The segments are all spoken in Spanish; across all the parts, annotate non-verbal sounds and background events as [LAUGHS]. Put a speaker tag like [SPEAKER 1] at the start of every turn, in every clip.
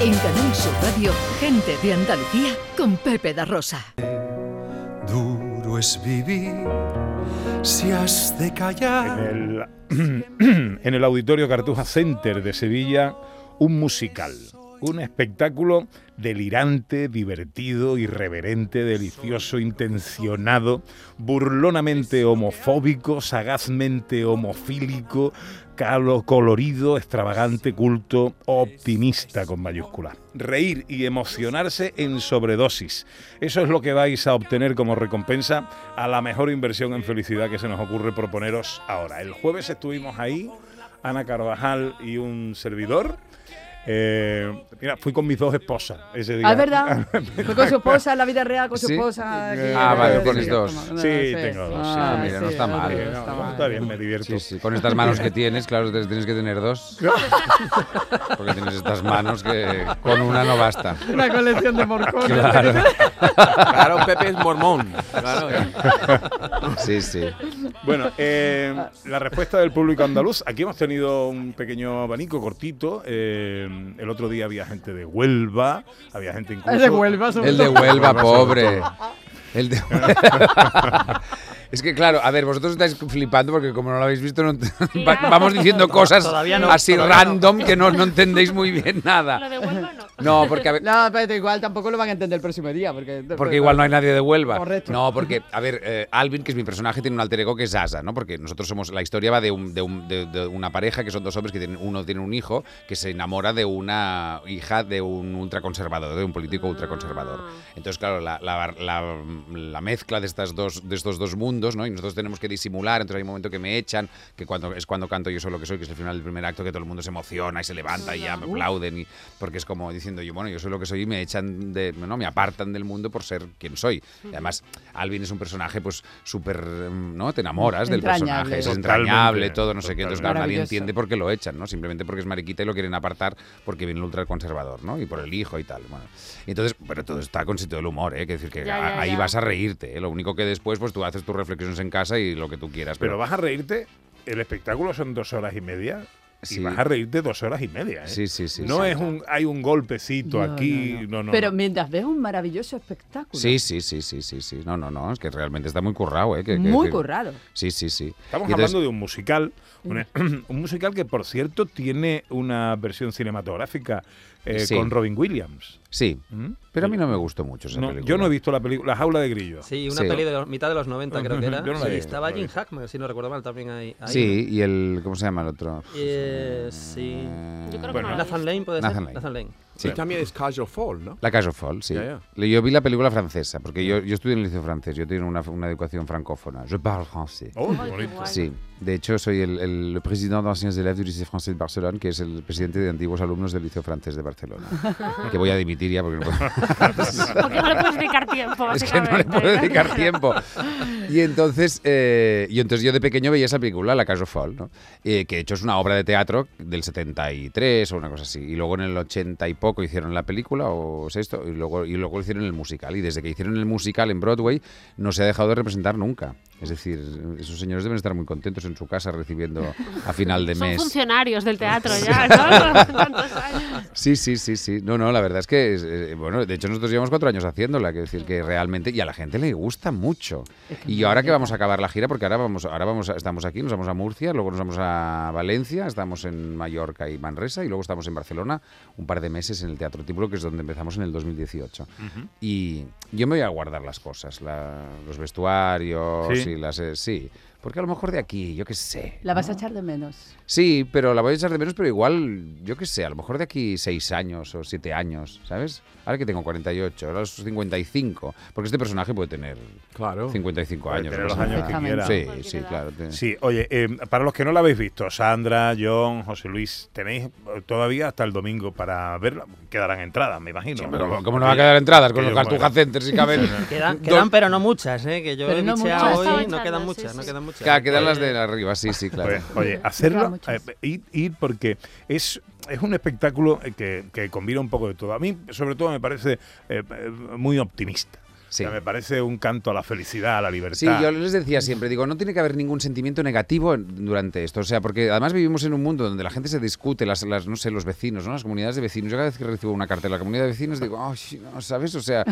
[SPEAKER 1] En Canal Sur Radio, gente de Andalucía con Pepe da Rosa.
[SPEAKER 2] Duro es vivir si has de callar.
[SPEAKER 3] En el, [CLEARS THROAT] en el Auditorio Cartuja Center de Sevilla, un musical. Un espectáculo delirante, divertido, irreverente, delicioso, intencionado, burlonamente homofóbico, sagazmente homofílico, calo, colorido, extravagante, culto, optimista con mayúscula. Reír y emocionarse en sobredosis. Eso es lo que vais a obtener como recompensa a la mejor inversión en felicidad que se nos ocurre proponeros ahora. El jueves estuvimos ahí, Ana Carvajal y un servidor. Eh, mira, fui con mis dos esposas ese día.
[SPEAKER 4] Ah, es
[SPEAKER 5] [LAUGHS]
[SPEAKER 4] verdad. Fue con su esposa en la vida real, con su
[SPEAKER 5] Sí.
[SPEAKER 4] esposa. aquí.
[SPEAKER 5] Ah, vale,
[SPEAKER 4] Sí,
[SPEAKER 5] tienes
[SPEAKER 4] sí.
[SPEAKER 5] dos.
[SPEAKER 4] No,
[SPEAKER 3] Sí, tengo dos, sí.
[SPEAKER 5] Ah, mira, no está mal.
[SPEAKER 3] Eh,
[SPEAKER 5] no
[SPEAKER 3] no,
[SPEAKER 4] mal.
[SPEAKER 3] está bien, me divierto.
[SPEAKER 5] Sí, sí, Pues con estas manos que tienes, claro, te- tienes que tener dos. Porque tienes estas manos que con una no basta.
[SPEAKER 4] Una colección de morcones.
[SPEAKER 5] Claro,
[SPEAKER 6] Claro, Pepe es mormón. Claro,
[SPEAKER 5] sí, sí.
[SPEAKER 3] Bueno, eh, la respuesta del público andaluz. Aquí hemos tenido un pequeño abanico cortito. eh, el otro día había gente de Huelva, había gente incluso.
[SPEAKER 4] El de Huelva, sobre
[SPEAKER 5] El de
[SPEAKER 4] todo.
[SPEAKER 5] Huelva, pobre. El de [LAUGHS] Es que claro, a ver, vosotros estáis flipando porque como no lo habéis visto, no ent- va- vamos diciendo cosas
[SPEAKER 7] todavía no,
[SPEAKER 5] así
[SPEAKER 7] todavía no.
[SPEAKER 5] random que no, no entendéis muy bien
[SPEAKER 8] [LAUGHS] Lo
[SPEAKER 5] nada.
[SPEAKER 8] de Huelva no.
[SPEAKER 5] No, porque a ver,
[SPEAKER 4] No, pero igual tampoco lo van a entender el próximo día. Porque,
[SPEAKER 5] Porque igual no hay nadie de Huelva.
[SPEAKER 4] Correcto.
[SPEAKER 5] No, [LAUGHS] porque, a ver, eh, Alvin, que es mi personaje, tiene un alter ego que es Asa, ¿no? Porque nosotros somos. La historia va de, un- de un- de- de una pareja que son dos hombres que tienen, uno tiene un hijo que se enamora de una hija de un ultraconservador, de un político ultraconservador. Entonces, claro, la, la- la- la mezcla de, estas dos, de estos dos mundos, ¿no? Y nosotros tenemos que disimular, entonces hay un momento que me echan, que cuando, es cuando canto yo solo que soy, que es el final del primer acto, que todo el mundo se emociona y se levanta y ya me aplauden, y, porque es como diciendo yo, bueno, yo soy lo que soy y me echan de, no, me apartan del mundo por ser quien soy. Y además, Alvin es un personaje pues súper, mm, ¿no? Te enamoras del
[SPEAKER 4] Entrañable.
[SPEAKER 5] personaje, es
[SPEAKER 3] Totalmente,
[SPEAKER 5] entrañable, todo, no sé qué. Entonces, claro, nadie
[SPEAKER 4] Maravilloso.
[SPEAKER 5] entiende por qué lo echan, ¿no? Simplemente porque es mariquita y lo quieren apartar porque viene el ultraconservador, ¿no? Y por el hijo y tal. Bueno, Y entonces, pero todo está con sentido del humor, ¿eh? Que decir que
[SPEAKER 8] Ya,
[SPEAKER 5] a-
[SPEAKER 8] ya,
[SPEAKER 5] ahí
[SPEAKER 8] ya.
[SPEAKER 5] vas a reírte, ¿eh? Lo único que después, pues tú haces tus reflexiones en casa y lo que tú quieras.
[SPEAKER 3] Pero vas a reírte. El espectáculo son dos horas y media.
[SPEAKER 5] Sí.
[SPEAKER 3] Y vas a reírte dos horas y media. ¿eh?
[SPEAKER 5] Sí, sí, sí.
[SPEAKER 3] no
[SPEAKER 5] sí.
[SPEAKER 3] es un. Hay un golpecito aquí. No, no. no.
[SPEAKER 4] Pero mientras ves un maravilloso espectáculo.
[SPEAKER 5] Sí, sí, sí, sí, sí, sí. No, no, no. Es que realmente está muy currado, ¿eh? Que- que
[SPEAKER 4] Muy
[SPEAKER 5] decir-
[SPEAKER 4] currado.
[SPEAKER 5] Sí, sí, sí.
[SPEAKER 3] Estamos
[SPEAKER 5] Y entonces-
[SPEAKER 3] hablando de un musical, una- [CLEARS THROAT] un musical que por cierto tiene una versión cinematográfica eh,
[SPEAKER 5] Sí.
[SPEAKER 3] con Robin Williams.
[SPEAKER 5] Sí.
[SPEAKER 3] ¿Mm?
[SPEAKER 5] Pero a mí no me gustó mucho Pues esa
[SPEAKER 3] No,
[SPEAKER 5] película.
[SPEAKER 3] yo no he visto la película La jaula de grillo.
[SPEAKER 7] Sí, una
[SPEAKER 5] Sí.
[SPEAKER 7] peli de los- mitad de los 90 creo que era.
[SPEAKER 3] Yo no la
[SPEAKER 7] Sí,
[SPEAKER 3] vi,
[SPEAKER 7] estaba
[SPEAKER 3] no la
[SPEAKER 7] Jim
[SPEAKER 3] vi.
[SPEAKER 7] Hackman, si no recuerdo mal, también ahí. ahí.
[SPEAKER 5] Sí, y el. ¿Cómo se llama el otro?
[SPEAKER 7] Eh, sí.
[SPEAKER 8] Yo creo
[SPEAKER 3] Bueno,
[SPEAKER 8] que no. lo
[SPEAKER 7] Nathan Lane puede
[SPEAKER 5] Nathan
[SPEAKER 7] ser.
[SPEAKER 5] Lane.
[SPEAKER 7] Nathan Lane.
[SPEAKER 5] Sí.
[SPEAKER 6] Y también es Casual Fall, ¿no?
[SPEAKER 5] La Casa Fall, sí.
[SPEAKER 6] Ya,
[SPEAKER 5] Yo vi la película francesa, porque yo, yo estudié en el liceo francés, yo tengo una, una educación francófona. Je parle français.
[SPEAKER 3] Oh, qué
[SPEAKER 8] Ay, qué
[SPEAKER 3] bonito.
[SPEAKER 8] guay.
[SPEAKER 5] Sí, de hecho soy el, el presidente de anciens élèves du lycée français de Barcelona, que es el presidente de antiguos alumnos del liceo francés de Barcelona. que voy a dimitir ya porque no puedo-
[SPEAKER 8] Porque no le puedes dedicar
[SPEAKER 5] [LAUGHS]
[SPEAKER 8] tiempo,
[SPEAKER 5] es que no le puedo
[SPEAKER 8] básicamente, [LAUGHS]
[SPEAKER 5] dedicar
[SPEAKER 8] ¿no?
[SPEAKER 5] tiempo. Y entonces, eh, y entonces yo de pequeño veía esa película, La Casa Fall, ¿no? Eh, que de hecho es una obra de teatro del 73 o una cosa así. Y luego en el 80 y poco hicieron la película o sexto, y luego, y luego hicieron el musical. Y desde que hicieron el musical en Broadway no se ha dejado de representar nunca. Es decir, esos señores deben estar muy contentos en su casa recibiendo a final de
[SPEAKER 8] Son
[SPEAKER 5] mes.
[SPEAKER 8] funcionarios del teatro ya,
[SPEAKER 5] [LAUGHS]
[SPEAKER 8] ¿no? [LAUGHS] Tantos años.
[SPEAKER 5] Sí, sí, sí, sí. No, no, la verdad es que, es, eh, bueno, de hecho nosotros llevamos cuatro años haciéndola, que decir que realmente, y a la gente le gusta mucho. Y ahora que vamos a acabar la gira, porque ahora vamos, ahora vamos, a- estamos aquí, nos vamos a Murcia, luego nos vamos a Valencia, estamos en Mallorca y Manresa, y luego estamos en Barcelona un par de meses en el Teatro Típulo, que es donde empezamos en el 2018. Y yo me voy a guardar las cosas, la- los vestuarios
[SPEAKER 3] ¿Sí?
[SPEAKER 5] y las... eh, sí, porque a lo mejor de aquí, yo qué sé.
[SPEAKER 4] La vas a
[SPEAKER 5] ¿no?
[SPEAKER 4] echar de menos.
[SPEAKER 5] Sí, pero la voy a echar de menos, pero igual, yo qué sé, a lo mejor de aquí seis años o siete años, ¿sabes? Ahora que tengo 48, ahora los 55, porque este personaje puede tener
[SPEAKER 6] Claro.
[SPEAKER 5] 55
[SPEAKER 3] Puede
[SPEAKER 5] años.
[SPEAKER 3] tener
[SPEAKER 5] no
[SPEAKER 3] los
[SPEAKER 5] pasa
[SPEAKER 3] años que
[SPEAKER 5] nada.
[SPEAKER 3] quiera.
[SPEAKER 5] Sí,
[SPEAKER 8] Cualquier
[SPEAKER 5] sí,
[SPEAKER 8] edad.
[SPEAKER 5] claro. te-
[SPEAKER 3] Sí, oye, eh, para los que no la habéis visto, Sandra, John, José Luis, tenéis eh, todavía hasta el domingo para verla. Quedarán entradas, me imagino.
[SPEAKER 5] Sí, pero ¿Cómo no va a quedar entradas con
[SPEAKER 3] que
[SPEAKER 5] los
[SPEAKER 3] yo, bueno.
[SPEAKER 5] cartuja
[SPEAKER 3] [LAUGHS]
[SPEAKER 5] centers y caben?
[SPEAKER 7] Quedan,
[SPEAKER 5] Dos-
[SPEAKER 7] quedan, pero no muchas, ¿eh? Que yo
[SPEAKER 4] Pero
[SPEAKER 7] he
[SPEAKER 4] no
[SPEAKER 7] bicheado
[SPEAKER 4] muchas.
[SPEAKER 7] hoy,
[SPEAKER 8] Estaba
[SPEAKER 7] no quedan
[SPEAKER 8] echando,
[SPEAKER 7] muchas,
[SPEAKER 8] sí,
[SPEAKER 7] no
[SPEAKER 8] sí.
[SPEAKER 7] quedan muchas.
[SPEAKER 5] Claro, quedan las de arriba, sí, sí, claro.
[SPEAKER 3] Pues, oye,
[SPEAKER 4] Quedan
[SPEAKER 3] hacerlo,
[SPEAKER 4] muchas.
[SPEAKER 3] eh, ir, ir porque es, es un espectáculo eh, que, que combina un poco de todo. A mí, sobre todo, me parece eh, eh, muy optimista.
[SPEAKER 5] Sí.
[SPEAKER 3] O sea, me parece un canto a la felicidad, a la libertad.
[SPEAKER 5] Sí, yo les decía siempre, digo, no tiene que haber ningún sentimiento negativo en- durante esto. O sea, porque además vivimos en un mundo donde la gente se discute, las, las no sé, los vecinos, ¿no? Las comunidades de vecinos. Yo cada vez que recibo una carta de la comunidad de vecinos digo, ay, no, ¿sabes? O sea,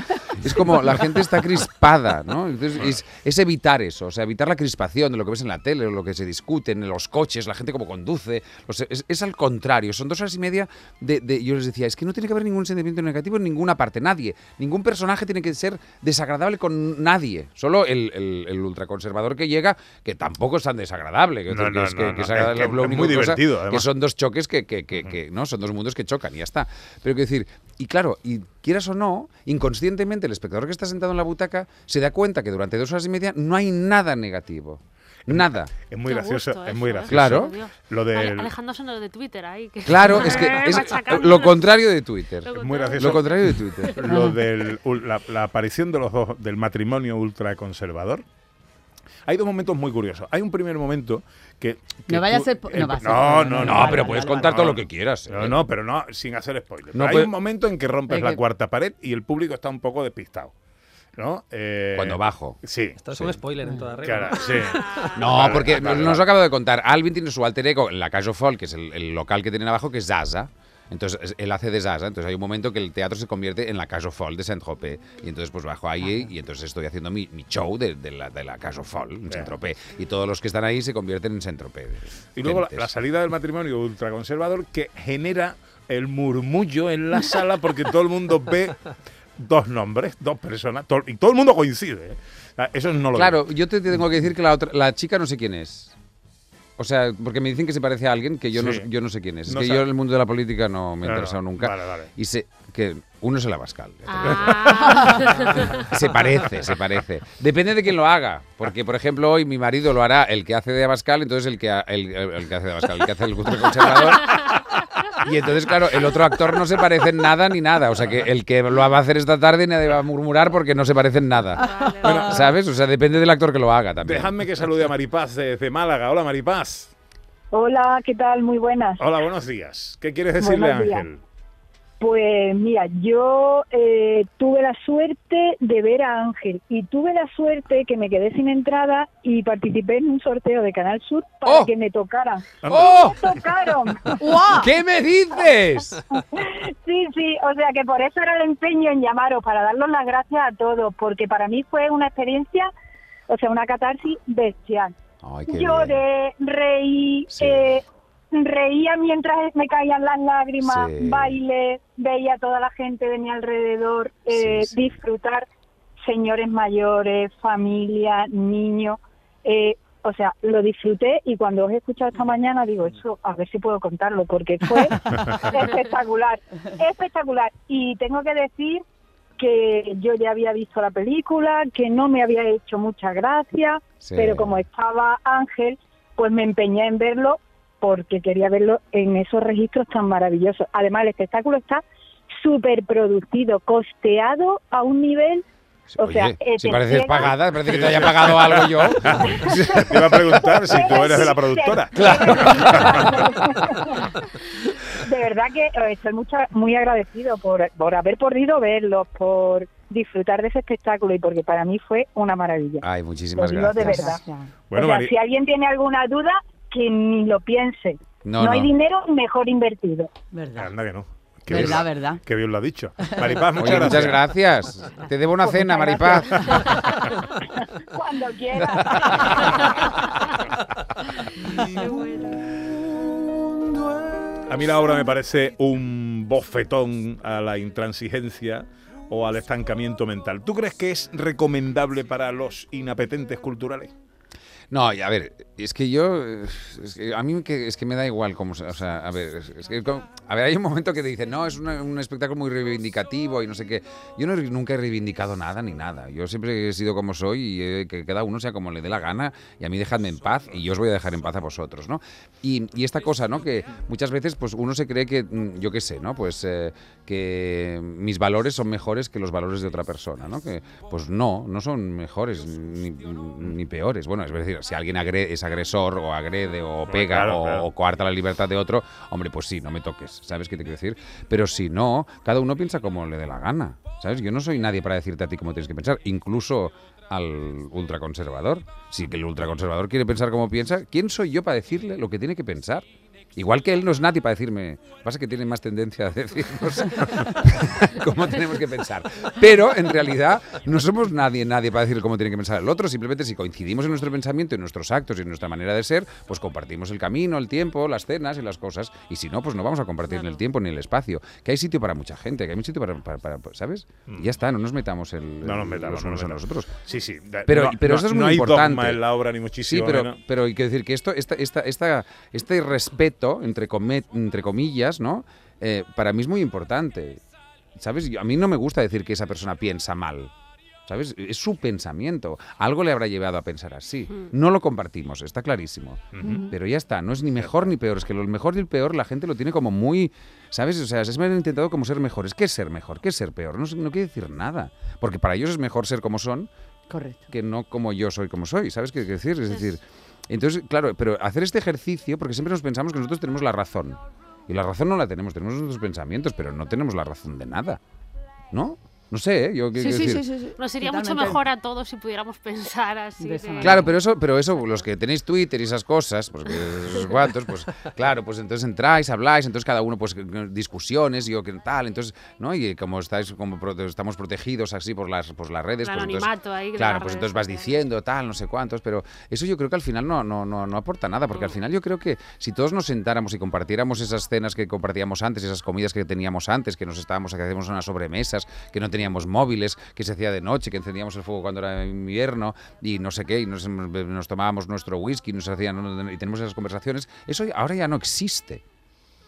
[SPEAKER 5] es como la gente está crispada, ¿no? Entonces, es, es evitar eso, o sea, evitar la crispación de lo que ves en la tele, lo que se discute, en los coches, la gente como conduce. O sea, es, es al contrario, son dos horas y media de, de- Yo les decía, es que no tiene que haber ningún sentimiento negativo en ninguna parte, nadie. Ningún personaje tiene que ser desagradable con nadie. Solo el, el- el ultraconservador que llega, que tampoco es tan desagradable. que-
[SPEAKER 3] No,
[SPEAKER 5] que
[SPEAKER 3] no,
[SPEAKER 5] es que-
[SPEAKER 3] no,
[SPEAKER 5] que es
[SPEAKER 3] no, es
[SPEAKER 5] agradable,
[SPEAKER 3] que
[SPEAKER 5] lo
[SPEAKER 3] es
[SPEAKER 5] único
[SPEAKER 3] muy
[SPEAKER 5] que pasa
[SPEAKER 3] divertido,
[SPEAKER 5] que
[SPEAKER 3] además.
[SPEAKER 5] son dos choques que, que- que- que- no son dos mundos que chocan y ya está. Pero quiero decir, y claro, y quieras o no, inconscientemente el espectador que está sentado en la butaca se da cuenta que durante dos horas y media no hay nada negativo. Nada.
[SPEAKER 3] Es muy
[SPEAKER 8] Qué
[SPEAKER 3] gracioso,
[SPEAKER 8] gusto
[SPEAKER 3] es muy
[SPEAKER 8] eso, ¿eh?
[SPEAKER 3] gracioso.
[SPEAKER 5] Claro.
[SPEAKER 8] Dios.
[SPEAKER 3] Lo de
[SPEAKER 8] Ale- Alejándose de Twitter ahí. que-
[SPEAKER 5] [LAUGHS]
[SPEAKER 8] [LAUGHS]
[SPEAKER 5] Claro, es que es
[SPEAKER 8] Machacando.
[SPEAKER 5] lo contrario de Twitter.
[SPEAKER 8] Lo
[SPEAKER 3] es muy gracioso.
[SPEAKER 5] Lo contrario de Twitter. [LAUGHS]
[SPEAKER 3] lo del ul- la, la aparición de los dos del matrimonio ultraconservador. Hay dos momentos muy curiosos. Hay un primer momento que, que
[SPEAKER 4] No vaya a
[SPEAKER 3] tú- em,
[SPEAKER 4] ser po- no va a ser-
[SPEAKER 3] no,
[SPEAKER 4] no,
[SPEAKER 3] no, no,
[SPEAKER 4] no,
[SPEAKER 5] No, pero
[SPEAKER 4] vale,
[SPEAKER 5] puedes
[SPEAKER 4] vale,
[SPEAKER 5] contar
[SPEAKER 4] vale.
[SPEAKER 5] todo lo que quieras.
[SPEAKER 3] No,
[SPEAKER 5] ¿eh?
[SPEAKER 3] no, pero no sin hacer spoilers.
[SPEAKER 5] No
[SPEAKER 3] Pero hay
[SPEAKER 5] puede-
[SPEAKER 3] un momento en que rompes
[SPEAKER 4] Es
[SPEAKER 3] la
[SPEAKER 4] que-
[SPEAKER 3] cuarta pared y el público está un poco despistado, ¿no? Eh,
[SPEAKER 5] Cuando bajo.
[SPEAKER 3] Sí.
[SPEAKER 7] Esto es
[SPEAKER 3] sí.
[SPEAKER 7] un spoiler en toda regla.
[SPEAKER 3] Cara, sí.
[SPEAKER 5] [LAUGHS] No,
[SPEAKER 3] Vale,
[SPEAKER 5] porque
[SPEAKER 3] vale,
[SPEAKER 5] nos
[SPEAKER 3] vale.
[SPEAKER 5] lo acabo de contar. Alvin tiene su alter ego en la Calle Fall, que es el, el local que tienen abajo, que es Zaza. Entonces, es- él hace de Zaza. Entonces, hay un momento que el teatro se convierte en la Calle Fall de Saint-Tropez. Y entonces, pues bajo ahí y entonces estoy haciendo mi, mi show de, de la, de la Calle Fall, en Saint-Tropez. Y todos los que están ahí se convierten en Saint-Tropez.
[SPEAKER 3] Y luego la,
[SPEAKER 5] Gentes.
[SPEAKER 3] la salida del matrimonio ultraconservador que genera el murmullo en la sala porque todo el mundo ve dos nombres, dos personas, to- y todo el mundo coincide. ¿eh? Ah, Eso no lo
[SPEAKER 5] Claro, yo te tengo que decir que la, otra, la chica no sé quién es. O sea, porque me dicen que se parece a alguien que yo,
[SPEAKER 3] Sí.
[SPEAKER 5] no, yo no sé quién es. Es
[SPEAKER 3] No
[SPEAKER 5] que
[SPEAKER 3] sabe.
[SPEAKER 5] yo en el mundo de la política no me he
[SPEAKER 3] No, no.
[SPEAKER 5] interesado nunca.
[SPEAKER 3] Vale, vale.
[SPEAKER 5] Y sé que uno es el Abascal. ya te digo. [LAUGHS]
[SPEAKER 8] Ah.
[SPEAKER 5] Se parece, se parece. Depende de quién lo haga. Porque, por ejemplo, hoy mi marido lo hará el que hace de Abascal, entonces el que, ha- el, el- el que hace de Abascal, el que hace el conservador. Y entonces, claro, el otro actor no se parece en nada ni nada. O sea, que el que lo va a hacer esta tarde nadie va a murmurar porque no se parece en nada.
[SPEAKER 8] Vale, vale.
[SPEAKER 5] ¿Sabes? O sea, depende del actor que lo haga también.
[SPEAKER 3] Dejadme que salude a Maripaz desde Málaga. Hola Maripaz.
[SPEAKER 9] Hola, ¿qué tal? Muy buenas.
[SPEAKER 3] Hola, buenos días. ¿Qué quieres decirle a
[SPEAKER 9] Buenos días.
[SPEAKER 3] Ángel?
[SPEAKER 9] Pues mira, yo eh, tuve la suerte de ver a Ángel y tuve la suerte que me quedé sin entrada y participé en un sorteo de Canal Sur para
[SPEAKER 5] ¡Oh!
[SPEAKER 9] que me tocaran.
[SPEAKER 5] ¡Oh!
[SPEAKER 9] ¡Me tocaron!
[SPEAKER 5] ¿Qué me dices?
[SPEAKER 9] sí, sí, o sea que por eso era el empeño en llamaros, para darlos las gracias a todos, porque para mí fue una experiencia, o sea, una catarsis bestial.
[SPEAKER 5] Ay, qué bien.
[SPEAKER 9] Lloré, reí,
[SPEAKER 5] Sí.
[SPEAKER 9] eh, reía mientras me caían las lágrimas,
[SPEAKER 5] Sí.
[SPEAKER 9] bailé, veía a toda la gente de mi alrededor eh,
[SPEAKER 5] Sí, sí.
[SPEAKER 9] disfrutar, señores mayores, familia, niños, eh, o sea, lo disfruté y cuando os he escuchado esta mañana digo, eso, a ver si puedo contarlo, porque
[SPEAKER 5] [LAUGHS]
[SPEAKER 9] fue espectacular, espectacular. Y tengo que decir que yo ya había visto la película, que no me había hecho mucha gracia,
[SPEAKER 5] Sí.
[SPEAKER 9] pero como estaba Ángel, pues me empeñé en verlo porque quería verlo en esos registros tan maravillosos. Además, el espectáculo está súper producido, costeado a
[SPEAKER 5] [LAUGHS]
[SPEAKER 9] un nivel... o
[SPEAKER 5] Oye,
[SPEAKER 9] sea, eh,
[SPEAKER 5] si
[SPEAKER 9] te
[SPEAKER 5] pareces
[SPEAKER 9] llega-
[SPEAKER 5] pagada, parece que te haya pagado algo yo.
[SPEAKER 3] [LAUGHS] Te iba a preguntar si tú eres de la productora.
[SPEAKER 9] Claro. De verdad que eh, estoy mucha- muy agradecido por, por haber podido verlos, por disfrutar de ese espectáculo y porque para mí fue una maravilla.
[SPEAKER 5] Ay, Ah, muchísimas
[SPEAKER 9] Lo digo de
[SPEAKER 5] gracias.
[SPEAKER 9] verdad.
[SPEAKER 3] Bueno,
[SPEAKER 9] o sea,
[SPEAKER 3] Mari-
[SPEAKER 9] si alguien tiene alguna duda, que ni lo piense.
[SPEAKER 5] No,
[SPEAKER 9] No, hay
[SPEAKER 5] no.
[SPEAKER 9] dinero mejor invertido.
[SPEAKER 4] Verdad,
[SPEAKER 3] Anda que no. Qué bien,
[SPEAKER 4] verdad,
[SPEAKER 3] lo-
[SPEAKER 4] verdad.
[SPEAKER 3] qué bien lo ha dicho. Maripaz, Ah, muchas
[SPEAKER 5] Oye, muchas
[SPEAKER 3] gracias.
[SPEAKER 5] gracias. Te debo una
[SPEAKER 9] Pues
[SPEAKER 5] cena,
[SPEAKER 9] muchas
[SPEAKER 5] Maripaz.
[SPEAKER 9] [LAUGHS] Cuando quieras.
[SPEAKER 8] Qué bueno.
[SPEAKER 3] A mí la obra me parece un bofetón a la intransigencia o al estancamiento mental. ¿Tú crees que es recomendable para los inapetentes culturales?
[SPEAKER 5] No, y a ver, es que yo. eh, es que a mí que, es que me da igual cómo. se- O sea, a ver, es- es que como- a ver, hay un momento que te dicen, no, es una- un espectáculo muy reivindicativo y no sé qué. Yo no, he- nunca he reivindicado nada ni nada. Yo siempre he sido como soy y eh, que cada uno sea como le dé la gana y a mí dejadme en paz y yo os voy a dejar en paz a vosotros, ¿no? Y, y esta cosa, ¿no? Que muchas veces, pues uno se cree que, mm, yo qué sé, ¿no? Pues eh, que mis valores son mejores que los valores de otra persona, ¿no? Que, pues no, no son mejores ni, ni peores. Bueno, es decir, si alguien agre- es agresor o agrede o pega
[SPEAKER 3] claro,
[SPEAKER 5] o,
[SPEAKER 3] claro.
[SPEAKER 5] o coarta la libertad de otro, hombre, pues sí, no me toques, ¿sabes qué te quiero decir? Pero si no, cada uno piensa como le dé la gana, ¿sabes? Yo no soy nadie para decirte a ti cómo tienes que pensar, incluso al ultraconservador. Si que el ultraconservador quiere pensar como piensa, ¿quién soy yo para decirle lo que tiene que pensar? Igual que él no es nadie para decirme, pasa que tiene más tendencia a decirnos cómo tenemos que pensar. Pero en realidad no somos nadie, nadie para decir cómo tiene que pensar el otro. Simplemente si coincidimos en nuestro pensamiento, en nuestros actos y en nuestra manera de ser, pues compartimos el camino, el tiempo, las cenas y las cosas. Y si no, pues no vamos a compartir ni el tiempo ni el espacio. Que hay sitio para mucha gente, que hay sitio para, para- para- ¿sabes? Y ya está, no nos metamos el,
[SPEAKER 3] Mm. No nos metamos
[SPEAKER 5] los unos
[SPEAKER 3] no
[SPEAKER 5] a los
[SPEAKER 3] nos
[SPEAKER 5] otros.
[SPEAKER 3] metamos. Sí, sí. da-
[SPEAKER 5] Pero,
[SPEAKER 3] no-
[SPEAKER 5] pero
[SPEAKER 3] no-
[SPEAKER 5] esto es
[SPEAKER 3] no
[SPEAKER 5] muy
[SPEAKER 3] hay
[SPEAKER 5] importante.
[SPEAKER 3] dogma en la obra, ni muchísimo.
[SPEAKER 5] Sí, pero,
[SPEAKER 3] menos.
[SPEAKER 5] pero hay que decir que esto, esta, esta, esta, este respeto, entre, come- entre comillas, ¿no? Eh, para mí es muy importante. ¿Sabes? Yo- A mí no me gusta decir que esa persona piensa mal. ¿Sabes? Es su pensamiento. Algo le habrá llevado a pensar así. No lo compartimos, está clarísimo. Pero ya está, no es ni mejor ni peor. Es que lo mejor y el peor la gente lo tiene como muy. ¿Sabes? O sea, se han intentado como ser mejores. ¿Qué es ser mejor? ¿Qué es ser peor? No, es- no quiere decir nada. Porque para ellos es mejor ser como son
[SPEAKER 4] Correcto.
[SPEAKER 5] que no como yo soy como soy, ¿sabes qué quiero decir? Es
[SPEAKER 8] Es-
[SPEAKER 5] decir, entonces, claro, pero hacer este ejercicio, porque siempre nos pensamos que nosotros tenemos la razón. Y la razón no la tenemos, tenemos nuestros pensamientos, pero no tenemos la razón de nada. ¿No? No sé, ¿eh? yo qué
[SPEAKER 4] Sí,
[SPEAKER 5] quiero
[SPEAKER 4] sí,
[SPEAKER 5] decir.
[SPEAKER 4] sí, sí, sí.
[SPEAKER 8] Nos sería mucho
[SPEAKER 4] Totalmente.
[SPEAKER 8] mejor a todos si pudiéramos pensar así.
[SPEAKER 4] De esa
[SPEAKER 8] de-
[SPEAKER 4] manera.
[SPEAKER 5] Claro, pero eso, pero eso, los que tenéis Twitter y esas cosas, pues que esos cuantos, pues claro, pues entonces entráis, habláis, entonces cada uno, pues discusiones, yo que tal, entonces, ¿no? Y como estáis, como prote- estamos protegidos así por las, por las redes,
[SPEAKER 8] El
[SPEAKER 5] pues entonces,
[SPEAKER 8] anonimato ahí de
[SPEAKER 5] claro,
[SPEAKER 8] las
[SPEAKER 5] pues
[SPEAKER 8] redes
[SPEAKER 5] entonces vas
[SPEAKER 8] sociales.
[SPEAKER 5] diciendo tal, no sé cuántos, pero eso yo creo que al final no, no, no, no aporta nada, porque al final yo creo que si todos nos sentáramos y compartiéramos esas cenas que compartíamos antes, esas comidas que teníamos antes, que nos estábamos, que hacíamos unas sobremesas, que no teníamos móviles, que se hacía de noche, que encendíamos el fuego cuando era invierno y no sé qué, y nos, nos tomábamos nuestro whisky, nos hacían, y tenemos esas conversaciones, eso ahora ya no existe.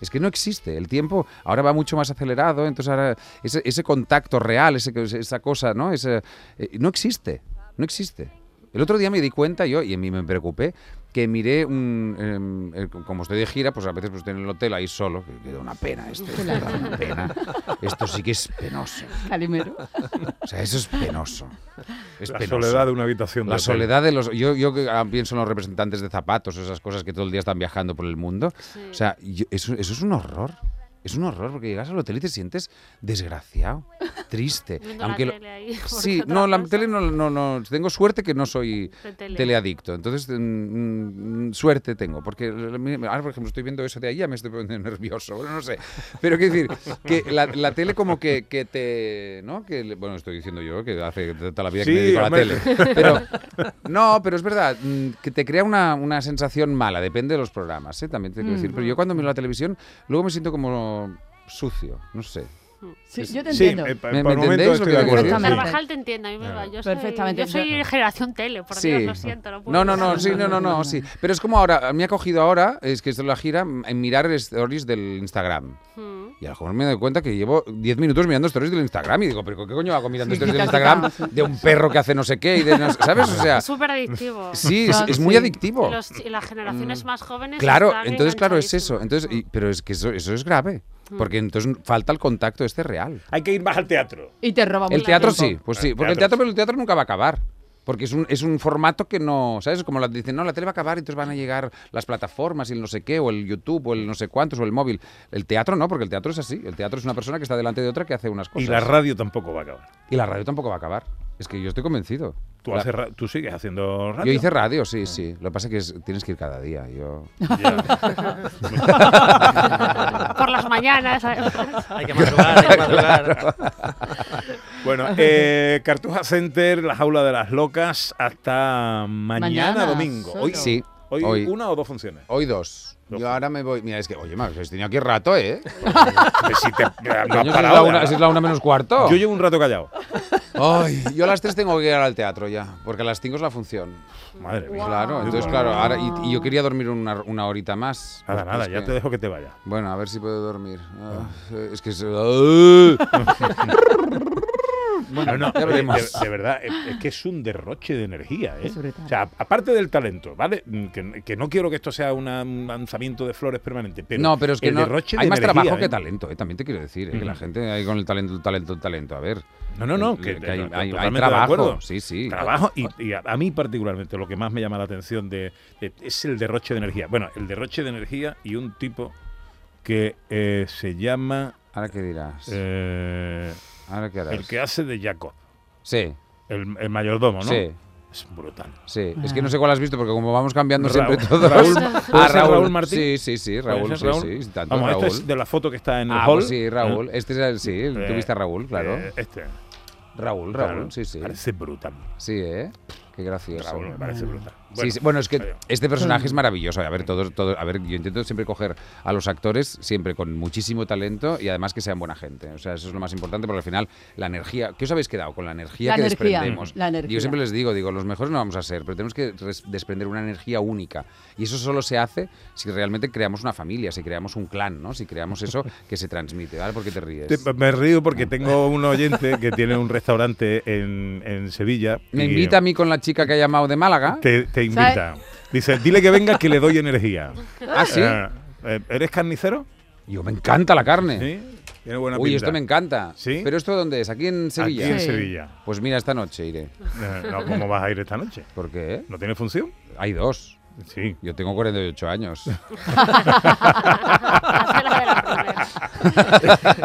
[SPEAKER 5] Es que no existe. El tiempo ahora va mucho más acelerado, entonces ahora ese, ese contacto real, ese, esa cosa, ¿no? Ese, eh, no existe. No existe. El otro día me di cuenta yo, y a mí me preocupé, que miré un. em, eh, como estoy de gira, pues a veces pues, estoy en el hotel ahí solo, que da una pena esto. esto da una pena. Esto sí que es penoso.
[SPEAKER 4] Calimero.
[SPEAKER 5] O sea, eso es penoso. Es
[SPEAKER 3] la
[SPEAKER 5] penoso.
[SPEAKER 3] soledad de una habitación. de
[SPEAKER 5] La
[SPEAKER 3] hotel.
[SPEAKER 5] soledad de los. Yo, yo que, ah, pienso en los representantes de zapatos, esas cosas que todo el día están viajando por el mundo. O sea, yo- eso, eso es un horror. Es un horror porque llegas al hotel y te sientes desgraciado, triste.
[SPEAKER 8] [LAUGHS] Viendo la
[SPEAKER 5] Aunque lo-
[SPEAKER 8] tele ahí, porque
[SPEAKER 5] sí,
[SPEAKER 8] otra
[SPEAKER 5] no, la
[SPEAKER 8] cosa.
[SPEAKER 5] tele no, no, no. Tengo suerte que no soy
[SPEAKER 8] De tele.
[SPEAKER 5] teleadicto. Entonces, mm, mm, suerte tengo. Porque mm, ahora, por ejemplo, estoy viendo eso de ahí, ya me estoy poniendo [LAUGHS] nervioso. Bueno, no sé. Pero quiero decir, que la, la tele como que, que te. ¿no? Que, le- bueno, estoy diciendo yo que hace toda la vida que me
[SPEAKER 3] Sí,
[SPEAKER 5] dedico a la
[SPEAKER 3] hombre. [LAUGHS]
[SPEAKER 5] tele. Pero, no, pero es verdad, mm, que te crea una, una sensación mala, depende de los programas, ¿eh? también te quiero decir. Pero yo cuando miro la televisión, luego me siento como sucio, no sé.
[SPEAKER 4] Sí, yo te
[SPEAKER 3] Sí,
[SPEAKER 4] entiendo.
[SPEAKER 3] eh, pa- por
[SPEAKER 5] ¿Me- me
[SPEAKER 3] el momento
[SPEAKER 5] entendéis lo
[SPEAKER 3] estoy
[SPEAKER 5] que
[SPEAKER 3] de
[SPEAKER 5] quiero
[SPEAKER 3] acuerdo.
[SPEAKER 4] decir?
[SPEAKER 3] sí.
[SPEAKER 8] Carvajal te entiendo, a mí me va. Yo soy,
[SPEAKER 4] Perfectamente,
[SPEAKER 8] yo soy
[SPEAKER 4] yo-
[SPEAKER 8] generación tele, por
[SPEAKER 5] Sí.
[SPEAKER 8] Dios, lo siento. No,
[SPEAKER 5] No,
[SPEAKER 8] puedo.
[SPEAKER 5] no, no, sí, no, no, no, sí. Pero es como ahora, me ha cogido ahora, es que esto es la gira, en mirar stories del Instagram.
[SPEAKER 8] Mm.
[SPEAKER 5] Y a lo mejor me doy cuenta que llevo 10 minutos mirando stories del Instagram y digo, pero ¿qué coño hago mirando
[SPEAKER 4] Sí,
[SPEAKER 5] stories
[SPEAKER 8] [LAUGHS]
[SPEAKER 5] del
[SPEAKER 4] quita,
[SPEAKER 5] Instagram
[SPEAKER 4] quita, sí.
[SPEAKER 5] de un perro que hace no sé qué y de no sé- ¿sabes? O sea,
[SPEAKER 8] Es súper adictivo.
[SPEAKER 5] [LAUGHS] sí, es,
[SPEAKER 4] Ah,
[SPEAKER 5] es muy
[SPEAKER 4] sí.
[SPEAKER 5] adictivo.
[SPEAKER 8] Y los- y las generaciones más jóvenes.
[SPEAKER 5] Claro,
[SPEAKER 8] están
[SPEAKER 5] entonces, claro, es eso.
[SPEAKER 8] enganchadísimas.
[SPEAKER 5] Entonces, y- pero es que eso, eso es grave.
[SPEAKER 8] Mm.
[SPEAKER 5] Porque entonces falta el contacto este real.
[SPEAKER 3] Hay que ir más al teatro.
[SPEAKER 4] Y te roba
[SPEAKER 5] El
[SPEAKER 4] mucho
[SPEAKER 5] teatro sí,
[SPEAKER 4] tiempo.
[SPEAKER 5] pues
[SPEAKER 3] El
[SPEAKER 5] sí. Porque el
[SPEAKER 3] Ah, teatro
[SPEAKER 5] teatro,
[SPEAKER 3] sí.
[SPEAKER 5] pero el teatro nunca va a acabar. Porque es un, es un formato que no, ¿sabes? Como la, dicen, no, la tele va a acabar y entonces van a llegar las plataformas y el no sé qué, o el YouTube, o el no sé cuántos, o el móvil. El teatro no, porque el teatro es así. El teatro es una persona que está delante de otra que hace unas cosas.
[SPEAKER 3] Y la radio tampoco va a acabar.
[SPEAKER 5] Y la radio tampoco va a acabar. Es que yo estoy convencido.
[SPEAKER 3] Tú,
[SPEAKER 5] La-
[SPEAKER 3] haces ra- tú sigues haciendo radio.
[SPEAKER 5] yo hice radio, sí, sí. Lo que pasa es que es- tienes que ir cada día. Yo...
[SPEAKER 8] [LAUGHS] Por las mañanas. además.
[SPEAKER 5] [LAUGHS]
[SPEAKER 7] Hay que madrugar, hay que madrugar.
[SPEAKER 3] Bueno, eh, Cartuja Center, la jaula de las locas, hasta mañana,
[SPEAKER 4] Mañana,
[SPEAKER 3] domingo. Hoy,
[SPEAKER 4] solo.
[SPEAKER 5] Sí,
[SPEAKER 3] hoy,
[SPEAKER 5] hoy.
[SPEAKER 3] una o dos
[SPEAKER 5] [LAUGHS]
[SPEAKER 3] funciones.
[SPEAKER 5] Hoy dos.
[SPEAKER 3] Dos.
[SPEAKER 5] Yo ahora me voy. Mira, es que, oye, me habéis tenido aquí
[SPEAKER 3] [LAUGHS]
[SPEAKER 5] rato, ¿eh?
[SPEAKER 3] Pues si te- no has
[SPEAKER 5] Coño, si es la
[SPEAKER 3] parado,
[SPEAKER 5] una-
[SPEAKER 3] ¿verdad?
[SPEAKER 5] si es la una menos cuarto.
[SPEAKER 3] Yo llevo un rato callado.
[SPEAKER 5] Ay, yo a las tres tengo que ir al teatro ya, porque a las cinco es la función.
[SPEAKER 3] Madre mía.
[SPEAKER 5] Claro, entonces, claro, ahora. Y, y yo quería dormir una, una horita más.
[SPEAKER 3] Nada,
[SPEAKER 5] Pues,
[SPEAKER 3] nada,
[SPEAKER 5] pues
[SPEAKER 3] ya
[SPEAKER 5] que-
[SPEAKER 3] te dejo que te vayas.
[SPEAKER 5] Bueno, a ver Ah, si puedo dormir. Ah, es que. se- Bueno,
[SPEAKER 6] no,
[SPEAKER 3] No, no,
[SPEAKER 6] ya
[SPEAKER 3] oye,
[SPEAKER 6] veremos.
[SPEAKER 3] De, de verdad, es, es que es un derroche de energía, ¿eh?
[SPEAKER 4] Sobre todo.
[SPEAKER 3] O sea, aparte del talento, ¿vale? Mm, Que, que no quiero que esto sea una- un lanzamiento de flores permanente, pero,
[SPEAKER 5] no, pero es que
[SPEAKER 3] el
[SPEAKER 5] no,
[SPEAKER 3] derroche
[SPEAKER 5] hay
[SPEAKER 3] de
[SPEAKER 5] más
[SPEAKER 3] energía,
[SPEAKER 5] trabajo
[SPEAKER 3] ¿eh?
[SPEAKER 5] que talento, eh, también te quiero decir, eh, que la
[SPEAKER 3] Ujú.
[SPEAKER 5] gente ahí con el talento, el talento, el talento, a ver.
[SPEAKER 3] No, no, no,
[SPEAKER 5] eh,
[SPEAKER 3] que,
[SPEAKER 5] hay,
[SPEAKER 3] no,
[SPEAKER 5] hay- hay
[SPEAKER 3] totalmente de
[SPEAKER 5] trabajo,
[SPEAKER 3] acuerdo.
[SPEAKER 5] sí, sí.
[SPEAKER 3] Trabajo y, y a, a mí particularmente lo que más me llama la atención de, de- es el derroche de energía. Bueno, el derroche de energía y un tipo que eh, se llama
[SPEAKER 5] Ahora qué dirás,
[SPEAKER 3] eh,
[SPEAKER 5] ahora qué harás.
[SPEAKER 3] el que hace de Jacob,
[SPEAKER 5] Sí,
[SPEAKER 3] el, el mayordomo, ¿no?
[SPEAKER 5] sí,
[SPEAKER 3] Es brutal.
[SPEAKER 5] sí. Es que no sé cuál has visto porque como vamos cambiando
[SPEAKER 3] Eh. Raúl-
[SPEAKER 5] siempre todo. [LAUGHS]
[SPEAKER 3] Raúl- ¿puede
[SPEAKER 5] Ah,
[SPEAKER 3] ser
[SPEAKER 5] Raúl,
[SPEAKER 3] Raúl Martín?
[SPEAKER 5] Sí, sí, sí, Raúl,
[SPEAKER 3] ¿Puede
[SPEAKER 5] sí,
[SPEAKER 3] ser
[SPEAKER 5] sí. sí, Tanto
[SPEAKER 3] Vamos,
[SPEAKER 5] Raúl.
[SPEAKER 3] este es de la foto que está en el
[SPEAKER 5] Ah,
[SPEAKER 3] hall.
[SPEAKER 5] pues sí, Raúl. Este es el, sí, el-
[SPEAKER 3] Eh,
[SPEAKER 5] tuviste a Raúl, claro.
[SPEAKER 3] Eh, este.
[SPEAKER 5] Raúl, Raúl,
[SPEAKER 3] claro.
[SPEAKER 5] sí, sí.
[SPEAKER 3] Parece brutal.
[SPEAKER 5] Sí, ¿eh? Qué gracioso.
[SPEAKER 3] Raúl me parece brutal.
[SPEAKER 5] Sí, sí, bueno, es que
[SPEAKER 3] adiós.
[SPEAKER 5] este personaje es
[SPEAKER 4] Mm.
[SPEAKER 5] maravilloso. A ver, todos, todos, a ver, yo intento siempre coger a los actores siempre con muchísimo talento y además que sean buena gente. O sea, eso es lo más importante porque al final la energía. ¿Qué os habéis quedado con la energía
[SPEAKER 4] La
[SPEAKER 5] que
[SPEAKER 4] energía,
[SPEAKER 5] desprendemos?
[SPEAKER 4] la energía.
[SPEAKER 5] Yo siempre les digo, digo, los mejores no vamos a ser, pero tenemos que res- desprender una energía única. Y eso solo se hace si realmente creamos una familia, si creamos un clan, ¿no? Si creamos
[SPEAKER 4] [LAUGHS]
[SPEAKER 5] eso que se transmite, ¿vale? Porque te ríes.
[SPEAKER 3] Te- me río porque tengo un oyente que tiene un restaurante en, en Sevilla.
[SPEAKER 5] Me
[SPEAKER 3] y,
[SPEAKER 5] invita a mí con la chica que ha llamado de Málaga.
[SPEAKER 3] Te, te invita. Dice, dile que venga que le doy energía.
[SPEAKER 5] Ah, sí.
[SPEAKER 3] Eh, eh, ¿Eres carnicero?
[SPEAKER 5] Yo me encanta la carne.
[SPEAKER 3] Sí. Tiene buena
[SPEAKER 5] Uy,
[SPEAKER 3] pinta.
[SPEAKER 5] esto me encanta.
[SPEAKER 3] ¿Sí?
[SPEAKER 5] ¿Pero esto dónde es? ¿Aquí en Sevilla?
[SPEAKER 3] Aquí en
[SPEAKER 4] Sí.
[SPEAKER 3] Sevilla.
[SPEAKER 5] Pues mira, esta noche iré.
[SPEAKER 3] Eh, no, ¿Cómo vas a ir esta noche?
[SPEAKER 5] ¿Por qué?
[SPEAKER 3] ¿No tiene función?
[SPEAKER 5] Hay dos.
[SPEAKER 3] Sí.
[SPEAKER 5] Yo tengo
[SPEAKER 3] [LAUGHS]
[SPEAKER 5] 48 años.
[SPEAKER 8] Hace la de la
[SPEAKER 5] [LAUGHS]
[SPEAKER 8] primera.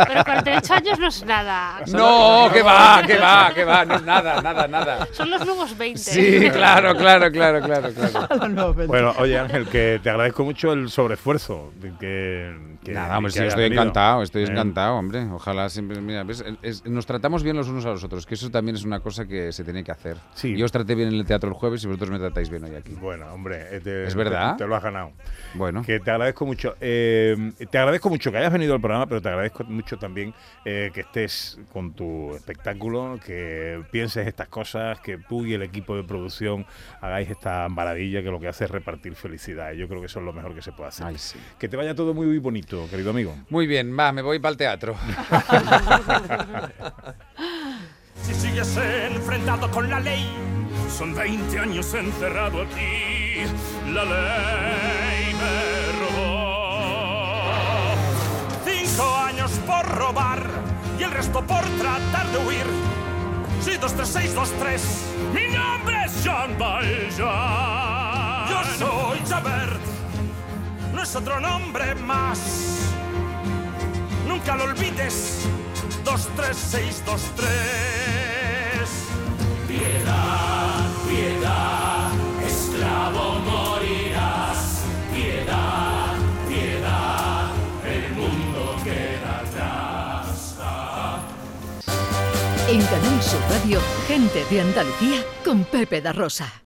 [SPEAKER 8] Pero 48 años no es nada. Son-
[SPEAKER 5] no, que va, que va, que va. No es nada, nada, nada.
[SPEAKER 8] Son los nuevos 20.
[SPEAKER 5] Sí, claro, claro, claro, claro, claro.
[SPEAKER 3] [LAUGHS]
[SPEAKER 4] No, pero-
[SPEAKER 3] Bueno, oye Ángel, que te agradezco mucho el sobreesfuerzo. de Que, que-
[SPEAKER 5] Nada, hombre,
[SPEAKER 3] que
[SPEAKER 5] sí,
[SPEAKER 3] hayas
[SPEAKER 5] estoy
[SPEAKER 3] venido.
[SPEAKER 5] encantado, estoy
[SPEAKER 3] Eh,
[SPEAKER 5] encantado, hombre. Ojalá siempre. Mira, ves, es- nos tratamos bien los unos a los otros, que eso también es una cosa que se tiene que hacer.
[SPEAKER 3] Sí.
[SPEAKER 5] Yo os traté bien en el teatro el jueves y vosotros me tratáis bien hoy aquí.
[SPEAKER 3] Bueno, hombre, eh, te-
[SPEAKER 5] ¿Es verdad?
[SPEAKER 3] Te, te lo has ganado.
[SPEAKER 5] Bueno.
[SPEAKER 3] Que te agradezco mucho. eh, te agradezco mucho que hayas venido al programa, pero te agradezco mucho también eh, que estés con tu espectáculo, que pienses estas cosas, que tú y el equipo de producción hagáis esta maravilla que lo que hace es repartir felicidad. Yo creo que eso es lo mejor que se puede hacer.
[SPEAKER 5] Ay, sí.
[SPEAKER 3] Que te vaya todo muy bonito, querido amigo.
[SPEAKER 5] Muy bien, va, me voy para
[SPEAKER 3] [LAUGHS]
[SPEAKER 5] el teatro.
[SPEAKER 10] Si sigues enfrentado con la ley, son 20 años encerrado aquí. La ley me robó. Cinco años por robar y el resto por tratar de huir. Sí, dos, tres, seis, dos, tres. Mi nombre es Jean Valjean. Yo soy Javert. No es otro nombre más. Nunca lo olvides. 23623. Piedad, piedad, esclavo morirás. Piedad, piedad, el mundo queda atrás.
[SPEAKER 1] En Canal Sur Radio, gente de Andalucía con Pepe da Rosa.